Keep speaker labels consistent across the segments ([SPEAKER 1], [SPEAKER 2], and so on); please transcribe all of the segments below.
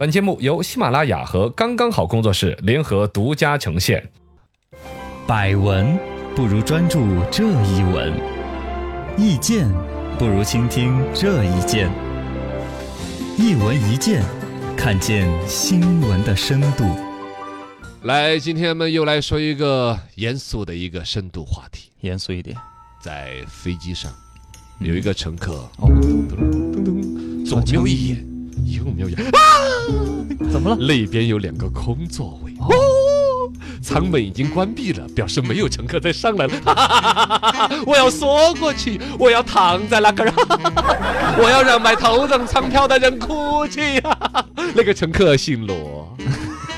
[SPEAKER 1] 本节目由喜马拉雅和刚刚好工作室联合独家呈现。
[SPEAKER 2] 百闻不如专注这一闻，意见不如倾听这一见。一闻一见，看见新闻的深度。
[SPEAKER 3] 来，今天我们又来说一个严肃的一个深度话题，
[SPEAKER 2] 严肃一点，
[SPEAKER 3] 在飞机上有一个乘客，
[SPEAKER 2] 嗯哦
[SPEAKER 3] 噔噔噔噔，左瞄一眼，右瞄一眼，啊
[SPEAKER 2] 怎么了？
[SPEAKER 3] 那边有两个空座位。哦舱门已经关闭了，表示没有乘客再上来了。哈哈哈哈哈！ 我要缩过去，我要躺在那个，哈哈哈哈 我要让买头等舱票的人哭泣。 哈哈哈那个乘客姓罗，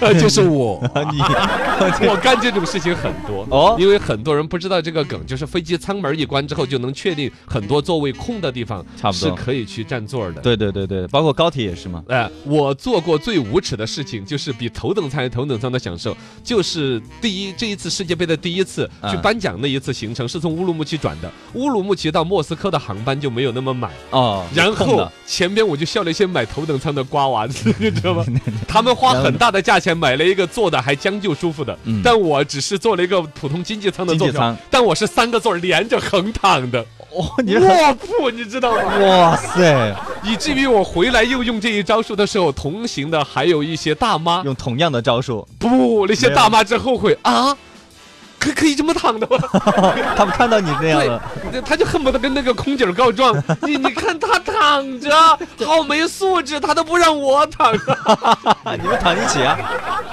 [SPEAKER 3] 呃就是 我。
[SPEAKER 2] 啊你
[SPEAKER 3] 我干这种事情很多
[SPEAKER 2] 哦
[SPEAKER 3] 哦，因为很多人不知道这个梗，就是飞机舱门一关之后就能确定很多座位空的地方
[SPEAKER 2] 差不多
[SPEAKER 3] 是可以去占座的。，
[SPEAKER 2] 对对对对，包括高铁也是嘛。
[SPEAKER 3] 哎、我做过最无耻的事情，就是比头等舱头等舱的享受，就是第一这一次世界杯的第一次
[SPEAKER 2] 嗯
[SPEAKER 3] 去颁奖那一次行程是从乌鲁木齐转的，乌鲁木齐到莫斯科的航班就没有那么满，
[SPEAKER 2] 哦，
[SPEAKER 3] 然
[SPEAKER 2] 空
[SPEAKER 3] 后
[SPEAKER 2] 的
[SPEAKER 3] 前边我就笑了一些买头等舱的瓜娃 子，你知道吗？他们花很大的价钱买了一个坐的还将就舒服的
[SPEAKER 2] 嗯，
[SPEAKER 3] 但我只是坐了一个普通经济舱的
[SPEAKER 2] 经
[SPEAKER 3] 座
[SPEAKER 2] 济
[SPEAKER 3] 票
[SPEAKER 2] 舱，
[SPEAKER 3] 但我是三个座儿连着横躺的
[SPEAKER 2] 哇， 你这
[SPEAKER 3] 卧铺，你知道吗？
[SPEAKER 2] 哇塞，
[SPEAKER 3] 以至于我回来又用这一招数的时候，同行的还有一些大妈，
[SPEAKER 2] 用同样的招数，
[SPEAKER 3] 不，那些大妈真后悔啊。可可以这么躺的 吗？
[SPEAKER 2] 他们看到你这样了，
[SPEAKER 3] 对，他就恨不得跟那个空姐儿告状。你你看他躺 着，好没素质，他都不让我躺。
[SPEAKER 2] 啊你们躺一起啊？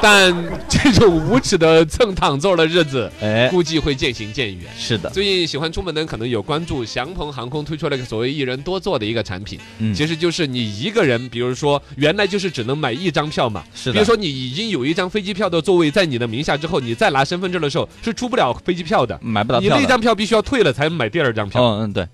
[SPEAKER 3] 但这种无耻的蹭躺座的日子，
[SPEAKER 2] 哎，
[SPEAKER 3] 估计会渐行渐远。
[SPEAKER 2] 是的，
[SPEAKER 3] 最近喜欢出门的人可能有关注，祥鹏航空推出了一个所谓一人多座的一个产品，
[SPEAKER 2] 嗯
[SPEAKER 3] 其实就是你一个人，比如说原来就是只能买一张票嘛，
[SPEAKER 2] 是的
[SPEAKER 3] 比如说你已经有一张飞机票的座位在你的名下之后，你再拿身份证的时候是出不了飞机票的。
[SPEAKER 2] 买不到
[SPEAKER 3] 你
[SPEAKER 2] 票
[SPEAKER 3] 那
[SPEAKER 2] 的。
[SPEAKER 3] 张票必须要退了才能买第二张票，
[SPEAKER 2] 哦嗯对，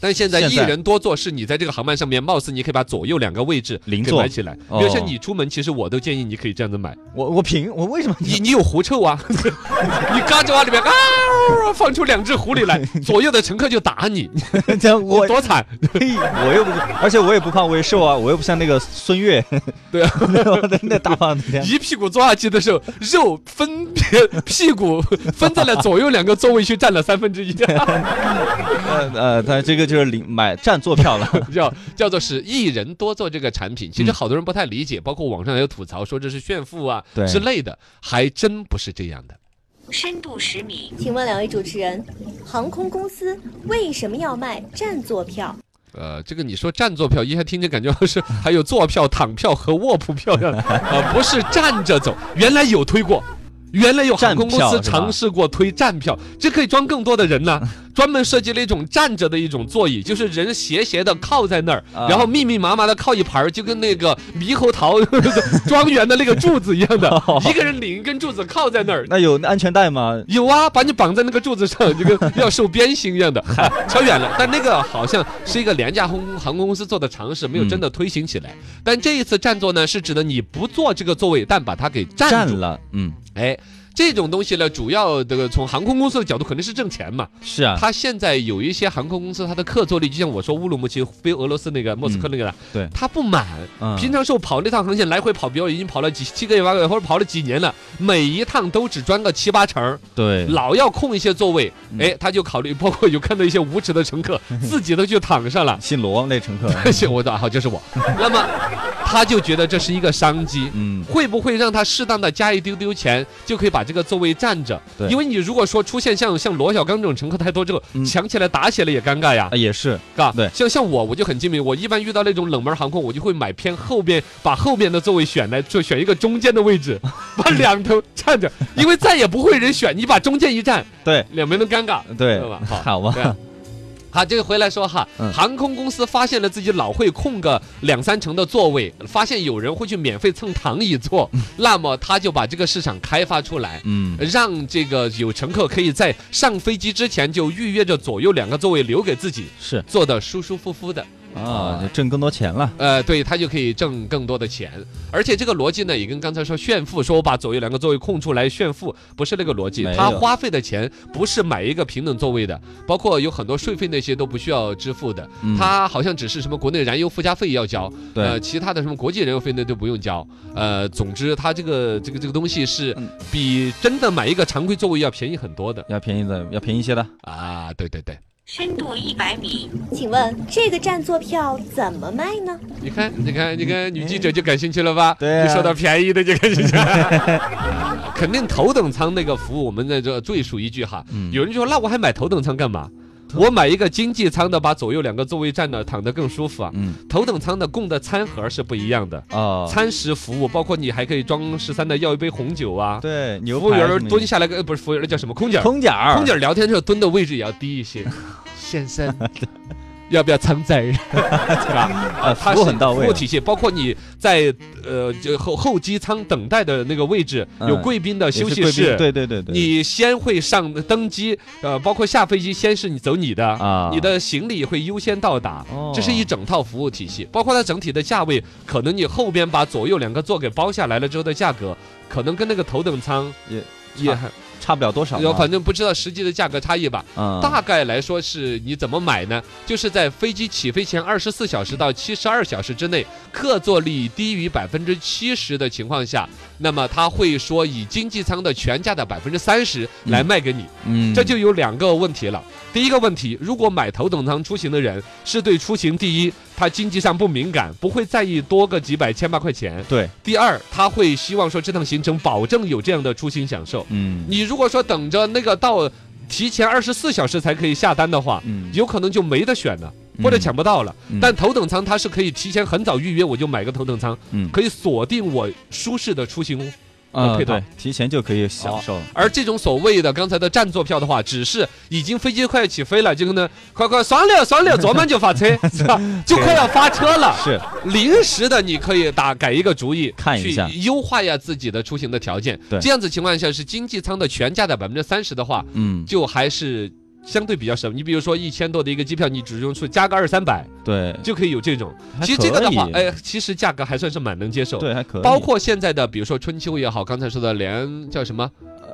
[SPEAKER 3] 但现在
[SPEAKER 2] 现
[SPEAKER 3] 一
[SPEAKER 2] 在
[SPEAKER 3] 人多座是你在这个航班上面，貌似你可以把左右两个位置
[SPEAKER 2] 邻
[SPEAKER 3] 给
[SPEAKER 2] 座
[SPEAKER 3] 买起来。比
[SPEAKER 2] 哦
[SPEAKER 3] 如像你出门，其实我都建议你可以这样子买，
[SPEAKER 2] 我我凭我为什么
[SPEAKER 3] 你你有狐臭啊？ 你嘎吱哇里面啊，放出两只狐狸来，左右的乘客就打你，
[SPEAKER 2] 这样我
[SPEAKER 3] 你多惨！
[SPEAKER 2] 嘿，我又不，而且我也不胖，我也瘦啊，我又不像那个孙 悦，
[SPEAKER 3] 对啊
[SPEAKER 2] 那那大胖子这样。
[SPEAKER 3] 一屁股坐下去的时候，肉分别屁股分在了左右两个座位区，占了三分之 一，
[SPEAKER 2] 呃呃，他这个就是领买占座票了，
[SPEAKER 3] 叫叫做是一人多做这个产品。其实好多人不太理解，包括网上还有吐槽说这是炫富啊
[SPEAKER 2] 对
[SPEAKER 3] 之类的，还真不是这样的。
[SPEAKER 4] 深度十米，
[SPEAKER 5] 请问两位主持人，航空公司为什么要卖占座票？
[SPEAKER 3] 呃，这个你说占座票，一下听着感觉是还有坐票、躺票和卧铺票呀，呃，不是站着走，原来有推过。原来有航空公
[SPEAKER 2] 站
[SPEAKER 3] 司
[SPEAKER 2] 票是吧
[SPEAKER 3] 尝试过推站票，这可以装更多的人呢、专门设计了一种站着的一种座椅，就是人斜斜的靠在那儿，
[SPEAKER 2] 啊
[SPEAKER 3] 然后密密麻麻的靠一盘儿，就跟那个猕猴桃 庄园的那个柱子一样的，一个人领一根柱子靠在那儿，
[SPEAKER 2] 那有安全带吗？
[SPEAKER 3] 有啊，把你绑在那个柱子上，就 跟要受鞭刑一样的，哎扯远了。但那个好像是一个廉价航空航空公司做的尝试，没有
[SPEAKER 2] 嗯
[SPEAKER 3] 真的推行起来。但这一次占座呢，是指的你不坐这个座位，但把它给占
[SPEAKER 2] 占
[SPEAKER 3] 住。
[SPEAKER 2] 了，嗯，
[SPEAKER 3] 哎，这种东西呢，主要这个从航空公司的角度肯定是挣钱嘛。
[SPEAKER 2] 是啊，
[SPEAKER 3] 它现在有一些航空公司，它的客座率就像我说乌鲁木齐飞俄罗斯那个莫斯科那个的，
[SPEAKER 2] 嗯对
[SPEAKER 3] 它不满。
[SPEAKER 2] 嗯
[SPEAKER 3] 平常时候跑那趟航线来回跑，比如已经跑了几七个月八个月，或者跑了几年了，每一趟都只钻个七八成儿。
[SPEAKER 2] 对，
[SPEAKER 3] 老要空一些座位，
[SPEAKER 2] 嗯，
[SPEAKER 3] 哎，他就考虑， 包括有看到一些无耻的乘客自己都去躺上了
[SPEAKER 2] 姓罗那乘客，
[SPEAKER 3] 我的好 就是我，那么他就觉得这是一个商机。
[SPEAKER 2] 嗯，
[SPEAKER 3] 会不会让他适当的加一丢丢钱，就可以把这个座位占着
[SPEAKER 2] 对？
[SPEAKER 3] 因为你如果说出现像像罗小刚这种乘客太多之后
[SPEAKER 2] 嗯，
[SPEAKER 3] 抢起来打起来也尴尬呀
[SPEAKER 2] 啊，也是，
[SPEAKER 3] 嘎。
[SPEAKER 2] 对
[SPEAKER 3] 像像我我就很精明，我一般遇到那种冷门航空，我就会买偏后边，把后边的座位选来，就选一个中间的位 置，把两头占着，因为再也不会人选，你把中间一占，
[SPEAKER 2] 对
[SPEAKER 3] 两边都尴尬，
[SPEAKER 2] 对
[SPEAKER 3] 知道吧？，好。
[SPEAKER 2] 好吧，
[SPEAKER 3] 对啊好，这个回来说哈
[SPEAKER 2] 嗯，
[SPEAKER 3] 航空公司发现了自己老会空个两三成的座位，发现有人会去免费蹭躺椅坐，那么他就把这个市场开发出来，
[SPEAKER 2] 嗯，
[SPEAKER 3] 让这个有乘客可以在上飞机之前就预约着左右两个座位留给自己，
[SPEAKER 2] 是
[SPEAKER 3] 坐得舒舒服服的。
[SPEAKER 2] 啊，就挣更多钱了。
[SPEAKER 3] 呃，对他就可以挣更多的钱，而且这个逻辑呢，也跟刚才说炫富，说我把左右两个座位空出来炫富，不是那个逻辑
[SPEAKER 2] 没。有
[SPEAKER 3] 他花费的钱不是买一个平等座位的，包括有很多税费那些都不需要支付的。
[SPEAKER 2] 嗯
[SPEAKER 3] 他好像只是什么国内燃油附加费要交，
[SPEAKER 2] 对
[SPEAKER 3] 呃，其他的什么国际燃油费那都不用交。呃，总之他这个这个这个东西是
[SPEAKER 2] 嗯
[SPEAKER 3] 比真的买一个常规座位要便宜很多的
[SPEAKER 2] 要便宜的，要便宜一些的。
[SPEAKER 3] 啊！对对对，
[SPEAKER 4] 深度一百米，
[SPEAKER 5] 请问这个占座票怎么卖呢？
[SPEAKER 3] 你看，你看，你看，女记者就感兴趣了吧？
[SPEAKER 2] 对啊
[SPEAKER 3] 一说到便宜的就感兴趣了。 肯定头等舱那个服务，我们在这赘述一句哈。
[SPEAKER 2] 嗯
[SPEAKER 3] 有人说，那我还买头等舱干嘛？我买一个经济舱的，把左右两个座位占了，躺得更舒服啊。
[SPEAKER 2] 嗯
[SPEAKER 3] 头等舱的供的餐盒是不一样的，
[SPEAKER 2] 哦，
[SPEAKER 3] 餐食服务包括你还可以装十三的要一杯红酒啊。
[SPEAKER 2] 对，牛
[SPEAKER 3] 服务
[SPEAKER 2] 排
[SPEAKER 3] 员
[SPEAKER 2] 什么
[SPEAKER 3] 儿
[SPEAKER 2] 的
[SPEAKER 3] 蹲下来个，呃不是服务员儿，那叫什么？空姐儿。
[SPEAKER 2] 空姐儿，
[SPEAKER 3] 空姐儿聊天的时候蹲的位置也要低一 些。先生，要不要参赛？ 是吧？
[SPEAKER 2] 呃，
[SPEAKER 3] 它
[SPEAKER 2] 服务
[SPEAKER 3] 是
[SPEAKER 2] 很到位
[SPEAKER 3] 服务
[SPEAKER 2] 啊。
[SPEAKER 3] 体系包括你在呃就后后机舱等待的那个位置，
[SPEAKER 2] 嗯
[SPEAKER 3] 有贵宾的
[SPEAKER 2] 也
[SPEAKER 3] 休
[SPEAKER 2] 是
[SPEAKER 3] 息
[SPEAKER 2] 贵宾
[SPEAKER 3] 室。
[SPEAKER 2] 对对对对，
[SPEAKER 3] 你先会上登机，呃，包括下飞机，先是你走你的，
[SPEAKER 2] 啊
[SPEAKER 3] 你的行李会优先到达
[SPEAKER 2] 哦，
[SPEAKER 3] 这是一整套服务体系，包括它整体的价位，可能你后边把左右两个座给包下来了之后的价格，可能跟那个头等舱
[SPEAKER 2] 也
[SPEAKER 3] 也
[SPEAKER 2] 差差不了多少嘛。
[SPEAKER 3] 有反正不知道实际的价格差异吧。
[SPEAKER 2] 嗯
[SPEAKER 3] 大概来说是你怎么买呢？就是在飞机起飞前二十四小时到七十二小时之内，客座率低于百分之七十的情况下，那么他会说以经济舱的全价的百分之三十来卖给你。
[SPEAKER 2] 嗯，
[SPEAKER 3] 这就有两个问题了。第一个问题，如果买头等舱出行的人是对出行第一，他经济上不敏感，不会在意多个几百千把块钱；
[SPEAKER 2] 对，
[SPEAKER 3] 第二，他会希望说这趟行程保证有这样的出行享受。
[SPEAKER 2] 嗯
[SPEAKER 3] 你如果说等着那个到提前二十四小时才可以下单的话，
[SPEAKER 2] 嗯，
[SPEAKER 3] 有可能就没得选了，或者抢不到了。
[SPEAKER 2] 嗯
[SPEAKER 3] 但头等舱它是可以提前很早预约，我就买个头等舱，
[SPEAKER 2] 嗯
[SPEAKER 3] 可以锁定我舒适的出行。
[SPEAKER 2] 呃
[SPEAKER 3] 配套哦
[SPEAKER 2] 对，提前就可以享受了。
[SPEAKER 3] 而这种所谓的刚才的占座票的话，只是已经飞机快起飞了，就跟那快快算了算了，啊昨晚就发车， 是吧？就快要发车了。
[SPEAKER 2] 是，
[SPEAKER 3] 临时的，你可以打改一个主意，
[SPEAKER 2] 看一下
[SPEAKER 3] 去优化一下自己的出行的条件。
[SPEAKER 2] 对
[SPEAKER 3] 这样子情况下是经济舱的全价的百分之三十的话，
[SPEAKER 2] 嗯，
[SPEAKER 3] 就还是相对比较少。你比如说一千多的一个机票，你只用出加个二三百
[SPEAKER 2] 对，
[SPEAKER 3] 就可以有这种。
[SPEAKER 2] 嗯还
[SPEAKER 3] 其实这个的话
[SPEAKER 2] 可，以
[SPEAKER 3] 哎，其实价格还算是蛮能接受。
[SPEAKER 2] 对还可以，
[SPEAKER 3] 包括现在的，比如说春秋也好，刚才说的联叫什么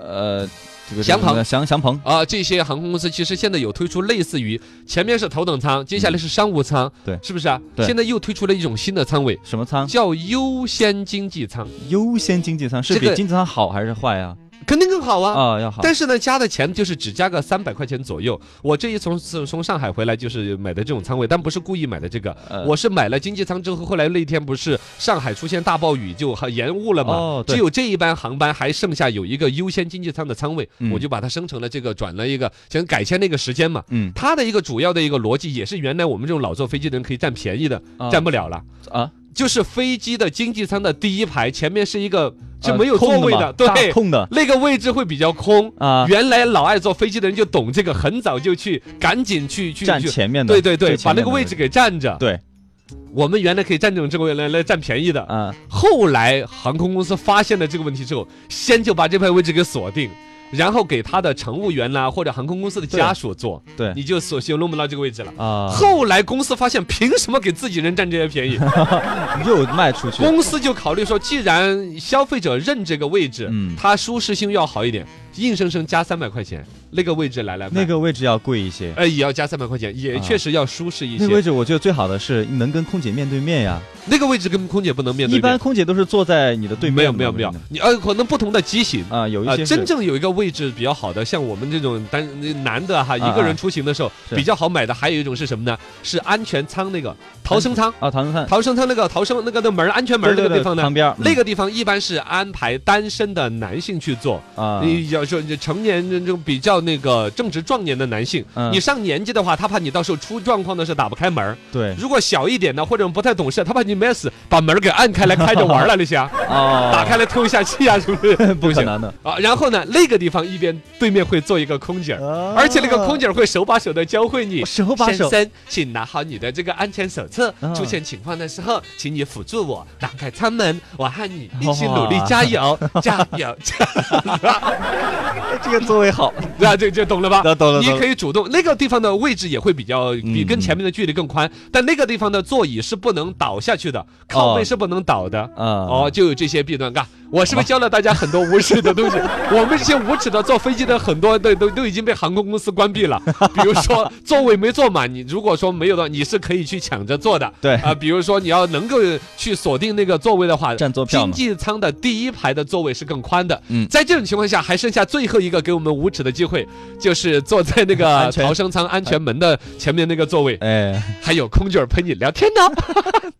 [SPEAKER 2] 呃，这个
[SPEAKER 3] 祥鹏
[SPEAKER 2] 祥祥鹏，
[SPEAKER 3] 啊、这些航空公司其实现在有推出类似于前面是头等舱，接下来是商务舱，
[SPEAKER 2] 嗯对
[SPEAKER 3] 是不是啊？
[SPEAKER 2] 对
[SPEAKER 3] 现在又推出了一种新的舱位，
[SPEAKER 2] 什么舱？
[SPEAKER 3] 叫优先经济舱，
[SPEAKER 2] 优先经济舱是
[SPEAKER 3] 这
[SPEAKER 2] 比
[SPEAKER 3] 个
[SPEAKER 2] 经济舱好还是坏呀？
[SPEAKER 3] 肯定更好啊。
[SPEAKER 2] 啊，要好。
[SPEAKER 3] 但是呢，加的钱就是只加个三百块钱左右。我这一从从从上海回来就是买的这种仓位，但不是故意买的这个，
[SPEAKER 2] 呃
[SPEAKER 3] 我是买了经济舱之后，后来那一天不是上海出现大暴雨就很延误了嘛，
[SPEAKER 2] 哦对
[SPEAKER 3] 只有这一班航班还剩下有一个优先经济舱的仓位，
[SPEAKER 2] 嗯
[SPEAKER 3] 我就把它生成了这个转了一个，想改签那个时间嘛。
[SPEAKER 2] 嗯
[SPEAKER 3] 它的一个主要的一个逻辑也是原来我们这种老坐飞机的人可以占便宜的，
[SPEAKER 2] 啊
[SPEAKER 3] 占不了了。
[SPEAKER 2] 啊，
[SPEAKER 3] 就是飞机的经济舱的第一排前面是一个是
[SPEAKER 2] 呃
[SPEAKER 3] 没有座
[SPEAKER 2] 空
[SPEAKER 3] 位
[SPEAKER 2] 嘛
[SPEAKER 3] 的，
[SPEAKER 2] 大
[SPEAKER 3] 对，
[SPEAKER 2] 空的
[SPEAKER 3] 那个位置会比较空。
[SPEAKER 2] 啊，
[SPEAKER 3] 原来老爱坐飞机的人就懂这个，很早就去，赶紧去去
[SPEAKER 2] 站
[SPEAKER 3] 去
[SPEAKER 2] 前面的，
[SPEAKER 3] 对对对
[SPEAKER 2] 最，前
[SPEAKER 3] 把那
[SPEAKER 2] 面
[SPEAKER 3] 个
[SPEAKER 2] 的
[SPEAKER 3] 位置给占着。
[SPEAKER 2] 对，
[SPEAKER 3] 我们原来可以占这种这个位来来占便宜的，
[SPEAKER 2] 啊，
[SPEAKER 3] 后来航空公司发现了这个问题之后，先就把这排位置给锁定。然后给他的乘务员啦、或者航空公司的家属坐，
[SPEAKER 2] 对
[SPEAKER 3] 你就索性弄不到这个位置了。
[SPEAKER 2] 啊，
[SPEAKER 3] 后来公司发现，凭什么给自己人占这些便 宜？
[SPEAKER 2] 又卖出去，
[SPEAKER 3] 公司就考虑说，既然消费者认这个位置，
[SPEAKER 2] 嗯
[SPEAKER 3] 它舒适性要好一点，硬生生加三百块钱，那个位置来来卖
[SPEAKER 2] 那，个位置要贵一些。
[SPEAKER 3] 呃，也要加三百块钱，也
[SPEAKER 2] 啊
[SPEAKER 3] 确实要舒适一些。
[SPEAKER 2] 那个位置我觉得最好的是能跟空姐面对面呀，
[SPEAKER 3] 那个位置跟空姐不能面对
[SPEAKER 2] 一般
[SPEAKER 3] 面，
[SPEAKER 2] 空姐都是坐在你的对面。
[SPEAKER 3] 没有没有没有，你呃，可能不同的机型。
[SPEAKER 2] 啊，有一
[SPEAKER 3] 啊，
[SPEAKER 2] 些
[SPEAKER 3] 真
[SPEAKER 2] 是
[SPEAKER 3] 正有一个位置比较好的，像我们这种单呃男的哈，
[SPEAKER 2] 啊
[SPEAKER 3] 一个人出行的时候
[SPEAKER 2] 是
[SPEAKER 3] 比较好买的，还有一种是什么呢？是安全舱那个逃生舱，
[SPEAKER 2] 啊，唐僧看
[SPEAKER 3] 逃生舱那个逃生那个那门儿安全门儿那
[SPEAKER 2] 对
[SPEAKER 3] 个
[SPEAKER 2] 对嗯
[SPEAKER 3] 地方
[SPEAKER 2] 对
[SPEAKER 3] 呢
[SPEAKER 2] 旁，边
[SPEAKER 3] 那个地方一般是安排单身的男性去坐，
[SPEAKER 2] 嗯啊，
[SPEAKER 3] 你要说你成年人这种比较那个正值壮年的男性，
[SPEAKER 2] 嗯
[SPEAKER 3] 你上年纪的话，他怕你到时候出状况的时候打不开门儿；
[SPEAKER 2] 对
[SPEAKER 3] 如果小一点的或者不太懂事，他怕你没死，把门儿给按开来开着玩 儿了那些啊，
[SPEAKER 2] 哦，
[SPEAKER 3] 打开来透一下气啊，是不是？
[SPEAKER 2] 不可能的，
[SPEAKER 3] 啊，然后呢，那个地方一边对面会坐一个空姐儿。而
[SPEAKER 2] 而
[SPEAKER 3] 且那个空姐儿会手把手的教会你，
[SPEAKER 2] 哦手把手
[SPEAKER 3] 先生，请拿好你的这个安全手册
[SPEAKER 2] 啊。
[SPEAKER 3] 出现情况的时候，请你辅助我打开舱门，我和你一起
[SPEAKER 2] 哇
[SPEAKER 3] 努力加油，加油！加油
[SPEAKER 2] 哎
[SPEAKER 6] 这个座位好，
[SPEAKER 3] 啊，这这懂了吧？
[SPEAKER 6] 懂懂了
[SPEAKER 3] 你
[SPEAKER 6] 懂了
[SPEAKER 3] 可以主动，那个地方的位置也会比较比跟前面的距离更宽，但那个地方的座椅是不能倒下去的，靠背是不能倒的。
[SPEAKER 2] 啊
[SPEAKER 6] 嗯
[SPEAKER 3] 哦，就有这些弊端，嘎。我是不是教了大家很多无耻的 东西？我们这些无耻的坐飞机的很多都都都已经被航空公司关 闭了。比如说座位没坐满，你如果说没有的话，你是可以去抢着坐的。
[SPEAKER 6] 对
[SPEAKER 3] 啊，比如说你要能够去锁定那个座位的话，
[SPEAKER 6] 占座票
[SPEAKER 3] 经
[SPEAKER 6] 嘛
[SPEAKER 3] 济舱的第一排的座位是更宽的。
[SPEAKER 6] 嗯
[SPEAKER 3] 在这种情况下，还剩下最后一个给我们无耻的机会，就是坐在那个
[SPEAKER 6] 安全
[SPEAKER 3] 逃生舱安全门的前面那个座位，
[SPEAKER 6] 哎。
[SPEAKER 3] 还有空姐儿陪你聊天呢。